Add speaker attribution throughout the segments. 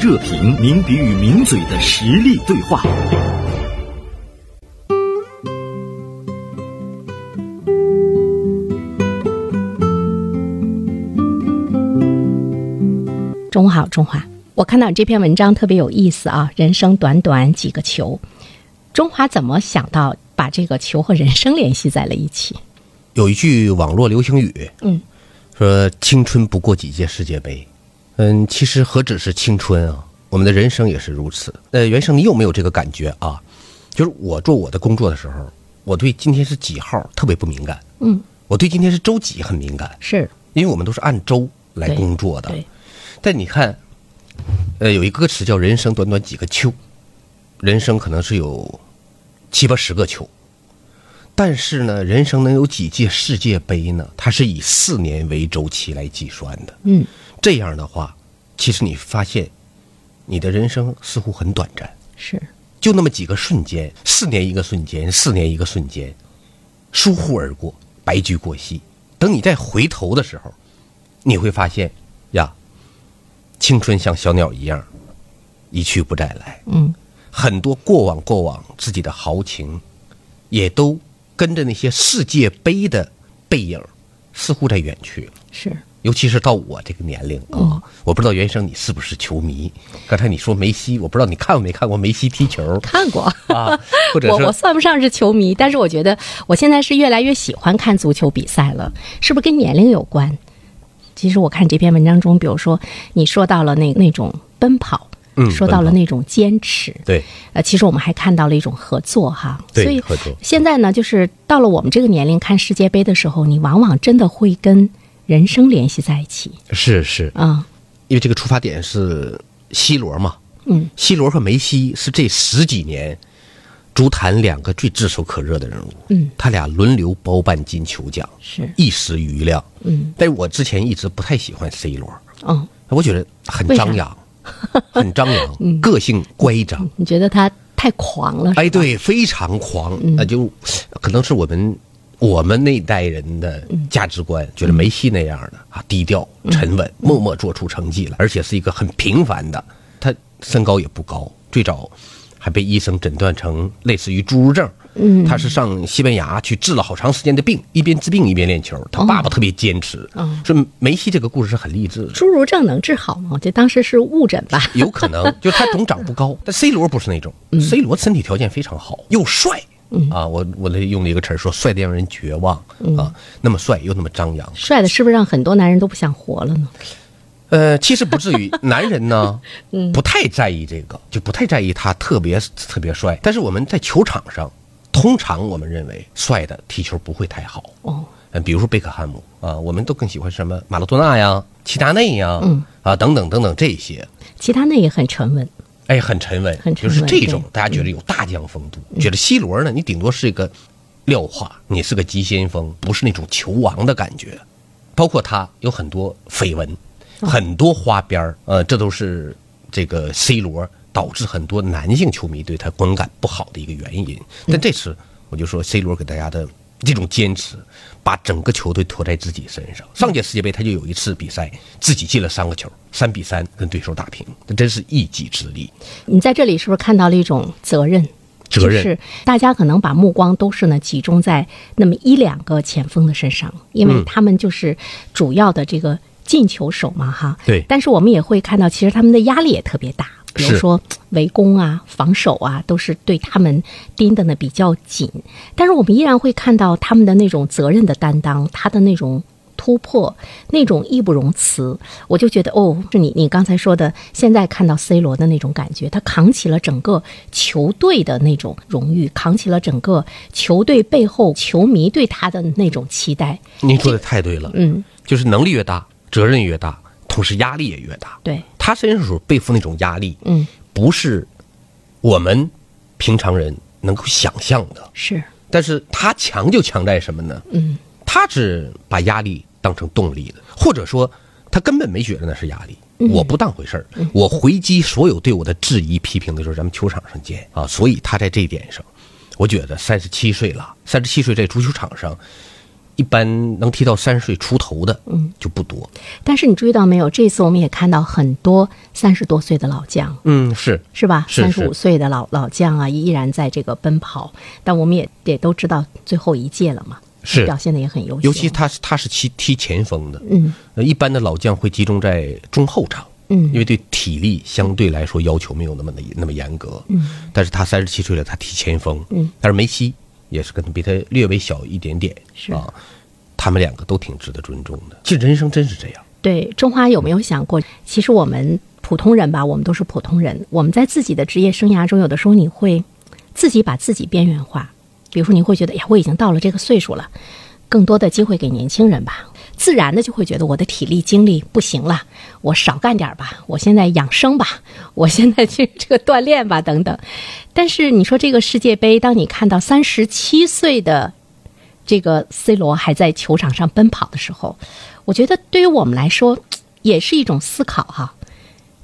Speaker 1: 热评名笔与名嘴的实力对话。
Speaker 2: 中午好，中华。我看到你这篇文章特别有意思啊，人生短短几个球，中华怎么想到把这个球和人生联系在了一起？
Speaker 3: 有一句网络流行语，
Speaker 2: 嗯，
Speaker 3: 说青春不过几届世界杯。嗯，其实何止是青春啊，我们的人生也是如此。呃，袁生，你有没有这个感觉啊？就是我做我的工作的时候，我对今天是几号特别不敏感，
Speaker 2: 嗯，
Speaker 3: 我对今天是周几很敏感，
Speaker 2: 是
Speaker 3: 因为我们都是按周来
Speaker 2: 对
Speaker 3: 工作的。
Speaker 2: 对，
Speaker 3: 但你看，呃，有一个歌词叫“人生短短几个秋”，人生可能是有七八十个秋，但是呢，人生能有几届世界杯呢？它是以四年为周期来计算的。
Speaker 2: 嗯，
Speaker 3: 这样的话，其实你发现，你的人生似乎很短暂，
Speaker 2: 是
Speaker 3: 就那么几个瞬间，四年一个瞬间，四年一个瞬间，疏忽而过，白驹过隙。等你再回头的时候，你会发现，呀，青春像小鸟一样，一去不再来。
Speaker 2: 嗯，
Speaker 3: 很多过往过往自己的豪情，也都跟着那些世界杯的背影，似乎在远去了。
Speaker 2: 是，
Speaker 3: 尤其是到我这个年龄啊，我不知道袁生你是不是球迷。刚才你说梅西，我不知道你看过没看过梅西踢球
Speaker 2: 看过。
Speaker 3: 啊，或者
Speaker 2: 我我
Speaker 3: 说
Speaker 2: 算不上是球迷，但是我觉得我现在是越来越喜欢看足球比赛了，是不是跟年龄有关？其实我看这篇文章中，比如说你说到了那那种奔跑，
Speaker 3: 嗯
Speaker 2: 说到了
Speaker 3: 奔跑
Speaker 2: 那种坚持，
Speaker 3: 对
Speaker 2: 呃，其实我们还看到了一种合作哈，
Speaker 3: 对
Speaker 2: 所以
Speaker 3: 合作
Speaker 2: 现在呢，就是到了我们这个年龄看世界杯的时候，你往往真的会跟人生联系在一起
Speaker 3: 是是，
Speaker 2: 啊、
Speaker 3: 因为这个出发点是 C 罗嘛，
Speaker 2: 嗯
Speaker 3: ，C 罗和梅西是这十几年足坛两个最炙手可热的人物，
Speaker 2: 嗯，
Speaker 3: 他俩轮流包办金球奖，
Speaker 2: 是，
Speaker 3: 一时瑜亮，
Speaker 2: 嗯，
Speaker 3: 但是我之前一直不太喜欢 C 罗，
Speaker 2: 嗯，
Speaker 3: 我觉得很
Speaker 2: 为啥嗯
Speaker 3: 张扬，很张 扬，个性乖张，
Speaker 2: 你觉得他太狂了，是
Speaker 3: 哎，
Speaker 2: 吧，
Speaker 3: 对，非常狂，那就可能是我们我们那一代人的价值观，觉得梅西那样的啊，低调、沉稳，默默做出成绩了，而且是一个很平凡的。他身高也不高，最早还被医生诊断成类似于侏儒症。嗯，他是上西班牙去治了好长时间的病，一边治病一边练球。他爸爸特别坚持，所以梅西这个故事是很励志的。
Speaker 2: 侏儒症能治好吗？我觉得当时是误诊吧，
Speaker 3: 有可能，就是他总长不高，但 C 罗不是那种、c 罗身体条件非常好，又帅，啊，我我得用了一个词儿说，帅的让人绝望、啊，那么帅又那么张扬，
Speaker 2: 帅的是不是让很多男人都不想活了呢？
Speaker 3: 呃，其实不至于，男人呢，不太在意这个，就不太在意他特别特别帅，但是我们在球场上，通常我们认为帅的踢球不会太好，
Speaker 2: 哦，
Speaker 3: 嗯，比如说贝克汉姆啊，我们都更喜欢什么马拉多纳呀、齐达内呀，啊等等等等这些，
Speaker 2: 其他那也很沉稳，
Speaker 3: 哎，很沉稳，
Speaker 2: 很沉
Speaker 3: 就
Speaker 2: 稳嗯
Speaker 3: 是这种，大家觉得有大将风度，觉得 C 罗呢，你顶多是一个廖化，你是个急先锋，不是那种球王的感觉。包括他有很多绯闻，
Speaker 2: 哦
Speaker 3: 很多花边儿，呃，这都是这个 C 罗导致很多男性球迷对他观感不好的一个原因。
Speaker 2: 嗯
Speaker 3: 但这次我就说，C 罗给大家的这种坚持，把整个球队拖在自己身上。上届世界杯他就有一次比赛，自己进了三个球，三比三跟对手打平，那真是一己之力。
Speaker 2: 你在这里是不是看到了一种责任？
Speaker 3: 责任
Speaker 2: 就是大家可能把目光都是呢集中在那么一两个前锋的身上，因
Speaker 3: 嗯
Speaker 2: 为他们就是主要的这个进球手嘛，哈。
Speaker 3: 对
Speaker 2: 但是我们也会看到，其实他们的压力也特别大，比如
Speaker 3: 是
Speaker 2: 说围攻啊、防守啊，都是对他们盯的呢比较紧。但是我们依然会看到他们的那种责任的担当，他的那种突破，那种义不容辞。我就觉得，哦，是你你刚才说的，现在看到 C 罗的那种感觉，他扛起了整个球队的那种荣誉，扛起了整个球队背后球迷对他的那种期待。
Speaker 3: 您说的太对了，
Speaker 2: 嗯，
Speaker 3: 就是能力越大，责任越大，同时压力也越大。
Speaker 2: 对，
Speaker 3: 他身上所背负那种压力，
Speaker 2: 嗯，
Speaker 3: 不是我们平常人能够想象的。
Speaker 2: 是，
Speaker 3: 但是他强就强在什么呢？
Speaker 2: 嗯，
Speaker 3: 他只把压力当成动力了，或者说他根本没觉得那是压力。
Speaker 2: 嗯
Speaker 3: 我不当回事儿，我回击所有对我的质疑、批评的时候，咱们球场上见啊。所以他在这一点上，我觉得三十七岁了，三十七岁在足球场上一般能踢到三十岁出头的，嗯，就不多。
Speaker 2: 但是你注意到没有？这次我们也看到很多三十多岁的老将，
Speaker 3: 嗯，是
Speaker 2: 是吧？
Speaker 3: 是
Speaker 2: 三十
Speaker 3: 是
Speaker 2: 五岁的老老将啊，依然在这个奔跑。但我们也也都知道最后一届了嘛，
Speaker 3: 是
Speaker 2: 表现的也很优秀。
Speaker 3: 尤其他是他是踢踢前锋的，
Speaker 2: 嗯
Speaker 3: 呃，一般的老将会集中在中后场，
Speaker 2: 嗯
Speaker 3: 因为对体力相对来说要求没有那么的那么严格，嗯，但是他三十七岁了，他踢前锋，嗯，但是梅西也是可能比他略微小一点点，
Speaker 2: 是
Speaker 3: 啊，他们两个都挺值得尊重的。其实人生真是这样，
Speaker 2: 对中华有没有想过，其实我们普通人吧，我们都是普通人。我们在自己的职业生涯中，有的时候你会自己把自己边缘化，比如说你会觉得，哎呀，我已经到了这个岁数了，更多的机会给年轻人吧。自然的就会觉得我的体力精力不行了，我少干点儿吧，我现在养生吧， 我现在去这个锻炼吧，等等。但是你说这个世界杯，当你看到三十七岁的这个 C 罗还在球场上奔跑的时候，我觉得对于我们来说，也是一种思考哈、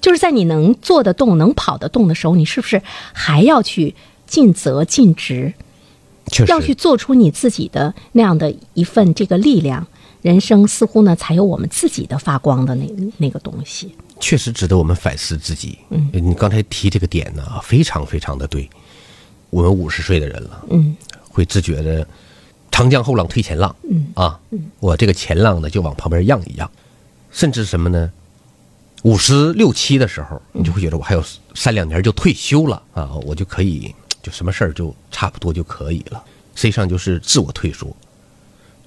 Speaker 2: 就是在你能做得动、能跑得动的时候，你是不是还要去尽责尽职，
Speaker 3: 确
Speaker 2: 要去做出你自己的那样的一份这个力量？人生似乎呢，才有我们自己的发光的那那个东西。
Speaker 3: 确实值得我们反思自己。嗯，你刚才提这个点呢、啊，非常非常的对。我们五十岁的人了，嗯，会自觉的长江后浪推前浪，嗯啊，我这个前浪呢就往旁边让一让，甚至什么呢？五十六七的时候，你就会觉得我还有三两年就退休了啊，我就可以就什么事儿就差不多就可以了。实际上就是自我退缩，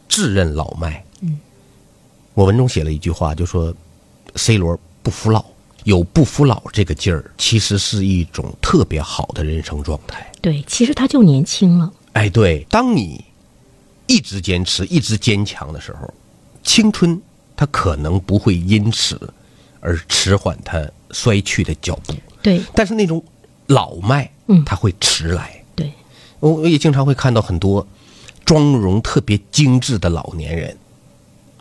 Speaker 3: 自认老迈。嗯，我文中写了一句话，就说 C 罗不服老，有不服老这个劲儿，其实是一种特别好的人生状态。
Speaker 2: 对，其实他就年轻了，
Speaker 3: 哎，对，当你一直坚持、一直坚强的时候，青春它可能不会因此而迟缓它衰去的脚步，
Speaker 2: 对
Speaker 3: 但是那种老迈，它会迟来。
Speaker 2: 对，
Speaker 3: 我我也经常会看到很多妆容特别精致的老年人，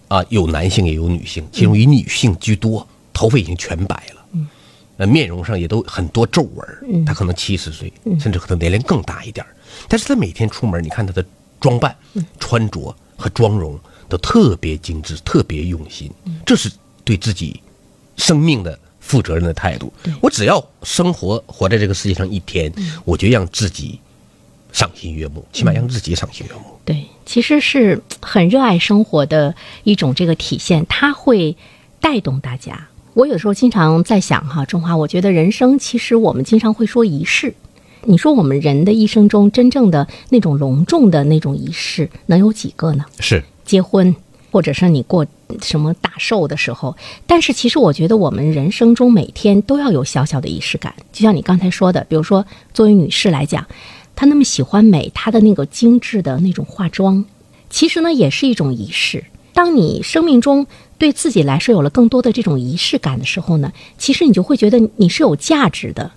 Speaker 3: 啊，有男性也有女性，其中以女性居多，头发已经全白了，嗯，呃，面容上也都很多皱纹，他可能七十岁，甚至可能年龄更大一点儿，但是他每天出门，你看他的装扮、穿着和妆容都特别精致，特别用心，这是对自己生命的负责任的态度。我只要生活活在这个世界上一天，我就让自己赏心悦目，起码让自己赏心悦目。
Speaker 2: 对，其实是很热爱生活的一种这个体现，它会带动大家。我有时候经常在想哈，中华，我觉得人生其实我们经常会说仪式。你说我们人的一生中真正的那种隆重的那种仪式，能有几个呢？
Speaker 3: 是
Speaker 2: 结婚，或者是你过什么大寿的时候。但是其实我觉得我们人生中每天都要有小小的仪式感，就像你刚才说的，比如说作为女士来讲，她那么喜欢美，她的那个精致的那种化妆，其实呢也是一种仪式。当你生命中对自己来说有了更多的这种仪式感的时候呢，其实你就会觉得你是有价值的。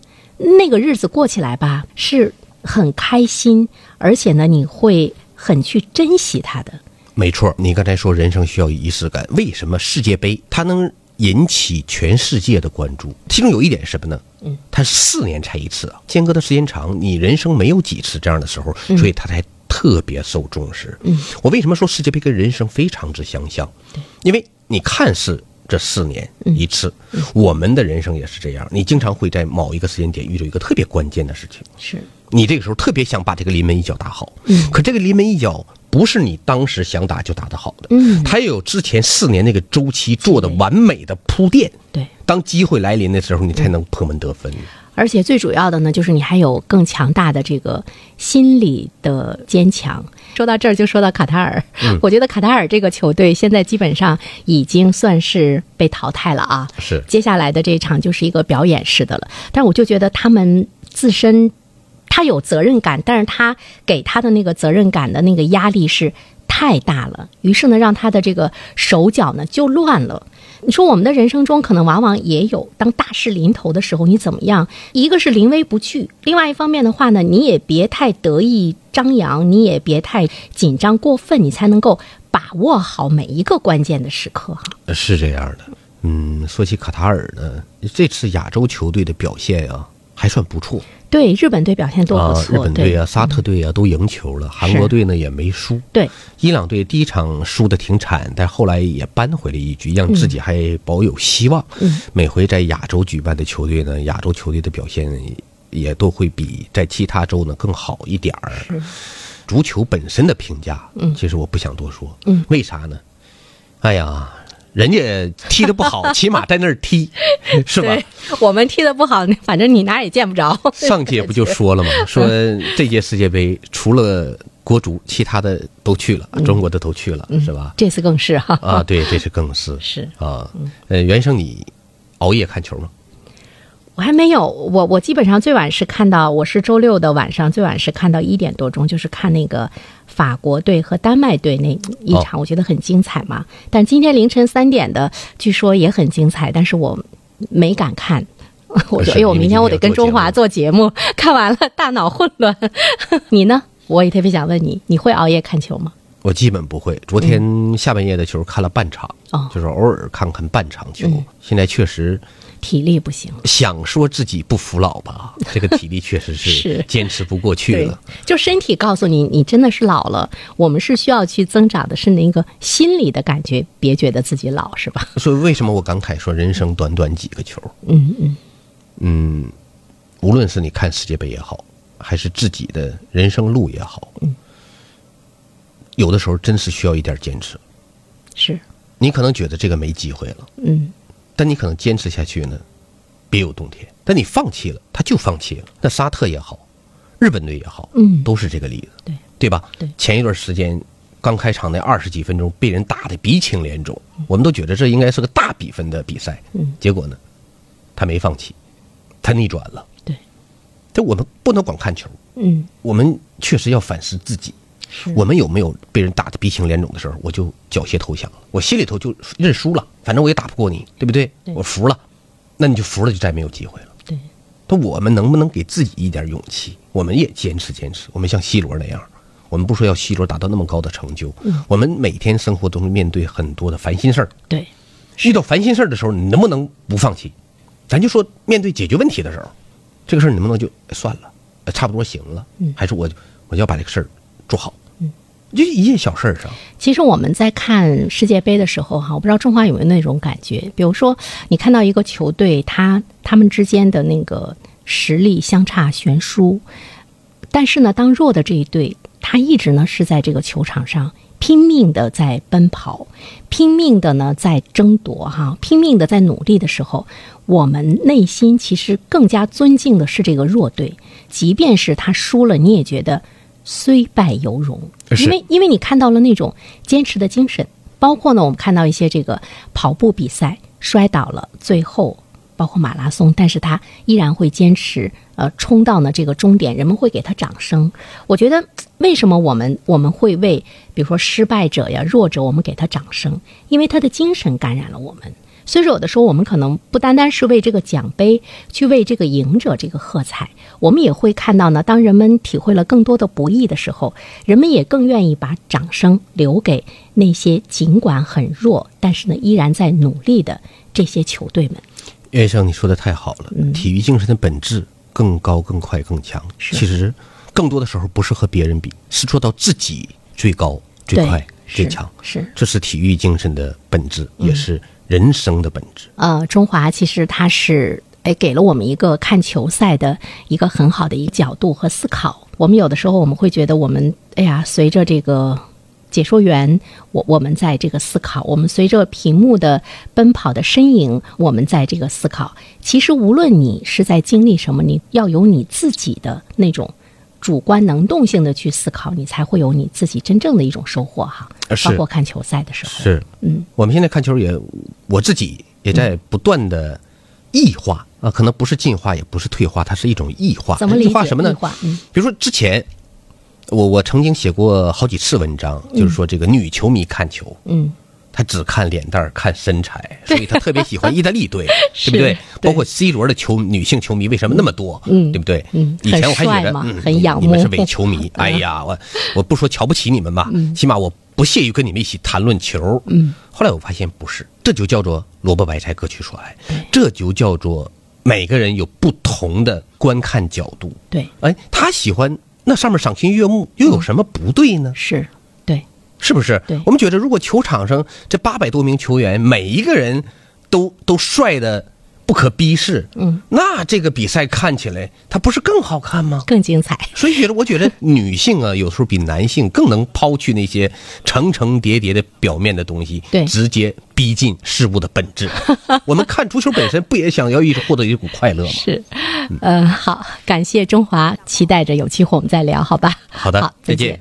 Speaker 2: 那个日子过起来吧，是很开心，而且呢，你会很去珍惜它的。
Speaker 3: 没错。你刚才说人生需要仪式感，为什么世界杯它能引起全世界的关注？其中有一点是什么呢？嗯，它是四年才一次啊，间隔的时间长，你人生没有几次这样的时候，所以它才特别受重视。嗯，我为什么说世界杯跟人生非常之相像？因为你看似。这四年一次，我们的人生也是这样。你经常会在某一个时间点遇到一个特别关键的事情，
Speaker 2: 是
Speaker 3: 你这个时候特别想把这个临门一脚打好，可这个临门一脚不是你当时想打就打得好的，嗯，它也有之前四年那个周期做的完美的铺垫，
Speaker 2: 对，
Speaker 3: 当机会来临的时候，你才能破门得分。
Speaker 2: 而且最主要的呢，就是你还有更强大的这个心理的坚强。说到这儿，就说到卡塔尔，我觉得卡塔尔这个球队现在基本上已经算是被淘汰了啊。
Speaker 3: 是
Speaker 2: 接下来的这一场就是一个表演式的了。但我就觉得他们自身，他有责任感，但是他给他的那个责任感的那个压力是太大了，于是呢，让他的这个手脚呢就乱了。你说我们的人生中可能往往也有，当大事临头的时候，你怎么样？一个是临危不惧，另外一方面的话呢，你也别太得意张扬，你也别太紧张过分，你才能够把握好每一个关键的时刻哈。
Speaker 3: 是这样的，嗯，说起卡塔尔呢，这次亚洲球队的表现啊，还算不错
Speaker 2: 对日本队表现都
Speaker 3: 啊
Speaker 2: 不，
Speaker 3: 日
Speaker 2: 错，
Speaker 3: 本队
Speaker 2: 对嗯
Speaker 3: 啊、沙特队啊都赢球了，韩国队呢也没输。
Speaker 2: 对
Speaker 3: 伊朗队第一场输的挺惨，但后来也扳回了一局，让自己还保有希望。
Speaker 2: 嗯
Speaker 3: 每回在亚洲举办的球队呢，亚洲球队的表现也都会比在其他州呢更好一点儿。足球本身的评价，嗯，其实我不想多说，嗯，为啥呢？哎呀，人家踢的 不好，起码在那儿踢，是吧？
Speaker 2: 对， 我们踢得不好，反正你哪儿也见不着。
Speaker 3: 上届不就说了吗？说这届世界杯除了国足，其他的都去了，中国的都去了，是吧？
Speaker 2: 这次更是哈、
Speaker 3: 啊，对，这是更是
Speaker 2: 是
Speaker 3: 啊，呃，袁生，你熬夜看球吗？
Speaker 2: 我还没有，我我基本上最晚是看到，我是周六的晚上最晚是看到一点多钟，就是看那个法国队和丹麦队那一场，我觉得很精彩嘛。但今天凌晨三点的据说也很精彩，但是我没敢看。 我说，
Speaker 3: 是
Speaker 2: 哎呦，
Speaker 3: 因为
Speaker 2: 明天我得跟中华
Speaker 3: 你
Speaker 2: 做节目， 看完了大脑混乱。 你呢？我也特别想问你，你会熬夜看球吗？
Speaker 3: 我基本不会。昨天下半夜的球看了半场，
Speaker 2: 哦
Speaker 3: 就是偶尔看看半场球。现在确实
Speaker 2: 体力不行。
Speaker 3: 想说自己不服老吧，这个体力确实是
Speaker 2: 是
Speaker 3: 坚持不过去
Speaker 2: 对
Speaker 3: 了。，
Speaker 2: 就身体告诉你，你真的是老了。我们是需要去增长的，是那个心理的感觉，别觉得自己老，是吧？
Speaker 3: 所以为什么我感慨说人生短短几个球？
Speaker 2: 嗯嗯，
Speaker 3: 嗯，无论是你看世界杯也好，还是自己的人生路也好，
Speaker 2: 嗯
Speaker 3: 有的时候真是需要一点坚持。
Speaker 2: 是，
Speaker 3: 你可能觉得这个没机会了，
Speaker 2: 嗯，
Speaker 3: 但你可能坚持下去呢，别有洞天。但你放弃了，他就放弃了。那沙特也好，日本队也好，
Speaker 2: 嗯
Speaker 3: 都是这个例子，
Speaker 2: 对
Speaker 3: 对吧？
Speaker 2: 对
Speaker 3: 前一段时间刚开场那二十几分钟被人打得鼻青脸肿，我们都觉得这应该是个大比分的比赛，
Speaker 2: 嗯，
Speaker 3: 结果呢，他没放弃，他逆转了。
Speaker 2: 对，
Speaker 3: 但我们不能光看球，
Speaker 2: 嗯
Speaker 3: 我们确实要反思自己，我们有没有被人打得鼻青脸肿的时候，我就缴械投降了，我心里头就认输了，反正我也打不过你，对不对？
Speaker 2: 对
Speaker 3: 我服了，那你就服了，就再没有机会了。
Speaker 2: 对，
Speaker 3: 那我们能不能给自己一点勇气？我们也坚持坚持，我们像 C 罗那样，我们不说要 C 罗达到那么高的成就，我们每天生活中面对很多的烦心事儿，
Speaker 2: 对，
Speaker 3: 遇到烦心事儿的时候，你能不能不放弃？咱就说面对解决问题的时候，这个事儿你能不能就哎算了，呃差不多行了，
Speaker 2: 嗯
Speaker 3: 还是我我要把这个事儿做好？嗯，就一件小事儿上，
Speaker 2: 其实我们在看世界杯的时候，哈，我不知道中华有没有那种感觉，比如说你看到一个球队，他他们之间的那个实力相差悬殊，但是呢，当弱的这一队，他一直呢是在这个球场上拼命的在奔跑，拼命的呢在争夺哈，拼命的在努力的时候，我们内心其实更加尊敬的是这个弱队，即便是他输了，你也觉得虽败犹荣，
Speaker 3: 是
Speaker 2: 因为因为你看到了那种坚持的精神，包括呢，我们看到一些这个跑步比赛摔倒了，最后包括马拉松，但是他依然会坚持，呃，冲到呢这个终点，人们会给他掌声。我觉得嘖为什么我们我们会为比如说失败者呀、弱者，我们给他掌声，因为他的精神感染了我们。所以说，有的时候我们可能不单单是为这个奖杯去为这个赢者这个喝彩，我们也会看到呢，当人们体会了更多的不易的时候，人们也更愿意把掌声留给那些尽管很弱，但是呢依然在努力的这些球队们。
Speaker 3: 袁生，你说的太好了，
Speaker 2: 嗯
Speaker 3: 体育精神的本质更高、更快、更强。
Speaker 2: 是
Speaker 3: 其实更多的时候不是和别人比，是做到自己最高、最
Speaker 2: 对
Speaker 3: 快、
Speaker 2: 是嗯
Speaker 3: 最强。
Speaker 2: 是
Speaker 3: 这是体育精神的本质，也是人生的本质。
Speaker 2: 呃，中华其实它是哎给了我们一个看球赛的一个很好的一个角度和思考。我们有的时候我们会觉得我们哎呀，随着这个解说员，我我们在这个思考，我们随着屏幕的奔跑的身影，我们在这个思考。其实无论你是在经历什么，你要有你自己的那种。主观能动性的去思考，你才会有你自己真正的一种收获哈
Speaker 3: 呃。是
Speaker 2: 包括看球赛的时候，
Speaker 3: 是，嗯，我们现在看球也，我自己也在不断的异化啊，可能不是进化，也不是退化，它是一种异化。哎
Speaker 2: 怎么理解
Speaker 3: 异化什么呢
Speaker 2: 异化？嗯
Speaker 3: 比如说之前，我我曾经写过好几次文章，就是说这个女球迷看球，
Speaker 2: 嗯，
Speaker 3: 她只看脸蛋儿，看身材，所以她特别喜欢意大利 队，对不对
Speaker 2: 是？对
Speaker 3: 包括 C 罗的球女性球迷为什么那么多？
Speaker 2: 嗯
Speaker 3: 对不对？
Speaker 2: 嗯
Speaker 3: 以前我还觉
Speaker 2: 很帅
Speaker 3: 得
Speaker 2: 嘛
Speaker 3: 嗯
Speaker 2: 很
Speaker 3: 你
Speaker 2: 仰
Speaker 3: 你们
Speaker 2: 慕
Speaker 3: 是伪球迷，哎呀，我我不说瞧不起你们吧，起码我不屑于跟你们一起谈论球。嗯，后来我发现不是，这就叫做萝卜白菜各取所爱，这就叫做每个人有不同的观看角度。
Speaker 2: 对，
Speaker 3: 哎，他喜欢那上面赏心悦目，又有什么不对呢？
Speaker 2: 是，对，
Speaker 3: 是不是
Speaker 2: 对？
Speaker 3: 我们觉得，如果球场上这八百多名球员，每一个人都都帅的不可逼视，嗯，那这个比赛看起来，它不是更好看吗？
Speaker 2: 更精彩。
Speaker 3: 所以觉得，我觉得女性啊，有时候比男性更能抛去那些层层叠叠的表面的东西，
Speaker 2: 对
Speaker 3: 直接逼近事物的本 质。我们看足球本身，不也想要一直获得一股快乐吗？
Speaker 2: 是，
Speaker 3: 嗯
Speaker 2: 呃，好，感谢中华，期待着有机会我们再聊，好吧？
Speaker 3: 好的
Speaker 2: 好，
Speaker 3: 再见